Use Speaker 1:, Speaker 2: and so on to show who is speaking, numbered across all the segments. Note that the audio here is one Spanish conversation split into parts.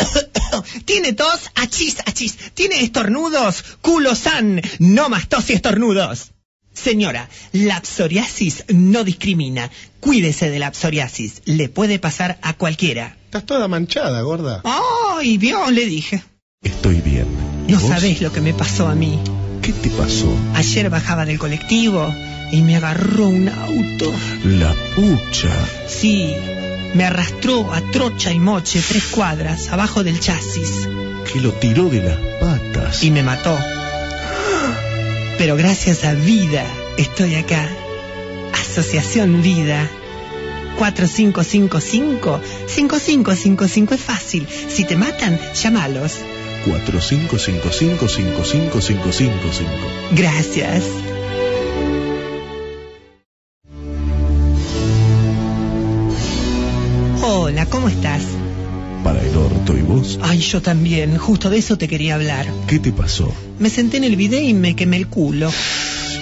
Speaker 1: rato. Tiene tos, achis, achis. Tiene estornudos, culo san. No más tos y estornudos. Señora, la psoriasis no discrimina. Cuídese de la psoriasis. Le puede pasar a cualquiera.
Speaker 2: Estás toda manchada, gorda.
Speaker 1: ¡Ay, vio! Le dije.
Speaker 3: Estoy bien. ¿Y
Speaker 1: No
Speaker 3: vos?
Speaker 1: sabés lo que me pasó a mí.
Speaker 3: ¿Qué te pasó?
Speaker 1: Ayer bajaba del colectivo y me agarró un auto.
Speaker 3: La pucha.
Speaker 1: Sí, me arrastró a trocha y moche tres cuadras abajo del chasis
Speaker 3: Que lo tiró de las patas.
Speaker 1: y me mató. Pero gracias a Vida estoy acá. Asociación Vida. 4555-5555 es fácil. Si te matan, llámalos.
Speaker 3: 4555555555.
Speaker 1: Gracias. Hola, ¿cómo estás?
Speaker 3: Para el orto y vos.
Speaker 1: Ay, yo también. Justo de eso te quería hablar.
Speaker 3: ¿Qué te pasó?
Speaker 1: Me senté en el bidet y me quemé el culo.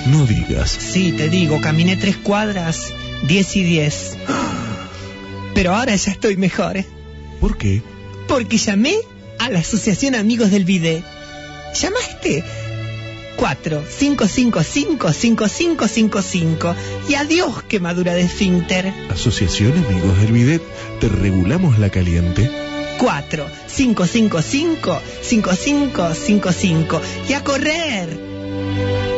Speaker 3: No digas.
Speaker 1: Sí, te digo, caminé tres cuadras, diez y diez. Pero ahora ya estoy mejor, ¿eh?
Speaker 3: ¿Por qué?
Speaker 1: porque llamé a la Asociación Amigos del Bidet. ¿Llamaste? 4-555-5555 y adiós quemadura de esfínter.
Speaker 3: Asociación Amigos del Bidet, ¿te regulamos la caliente?
Speaker 1: 4-555-5555 y a correr.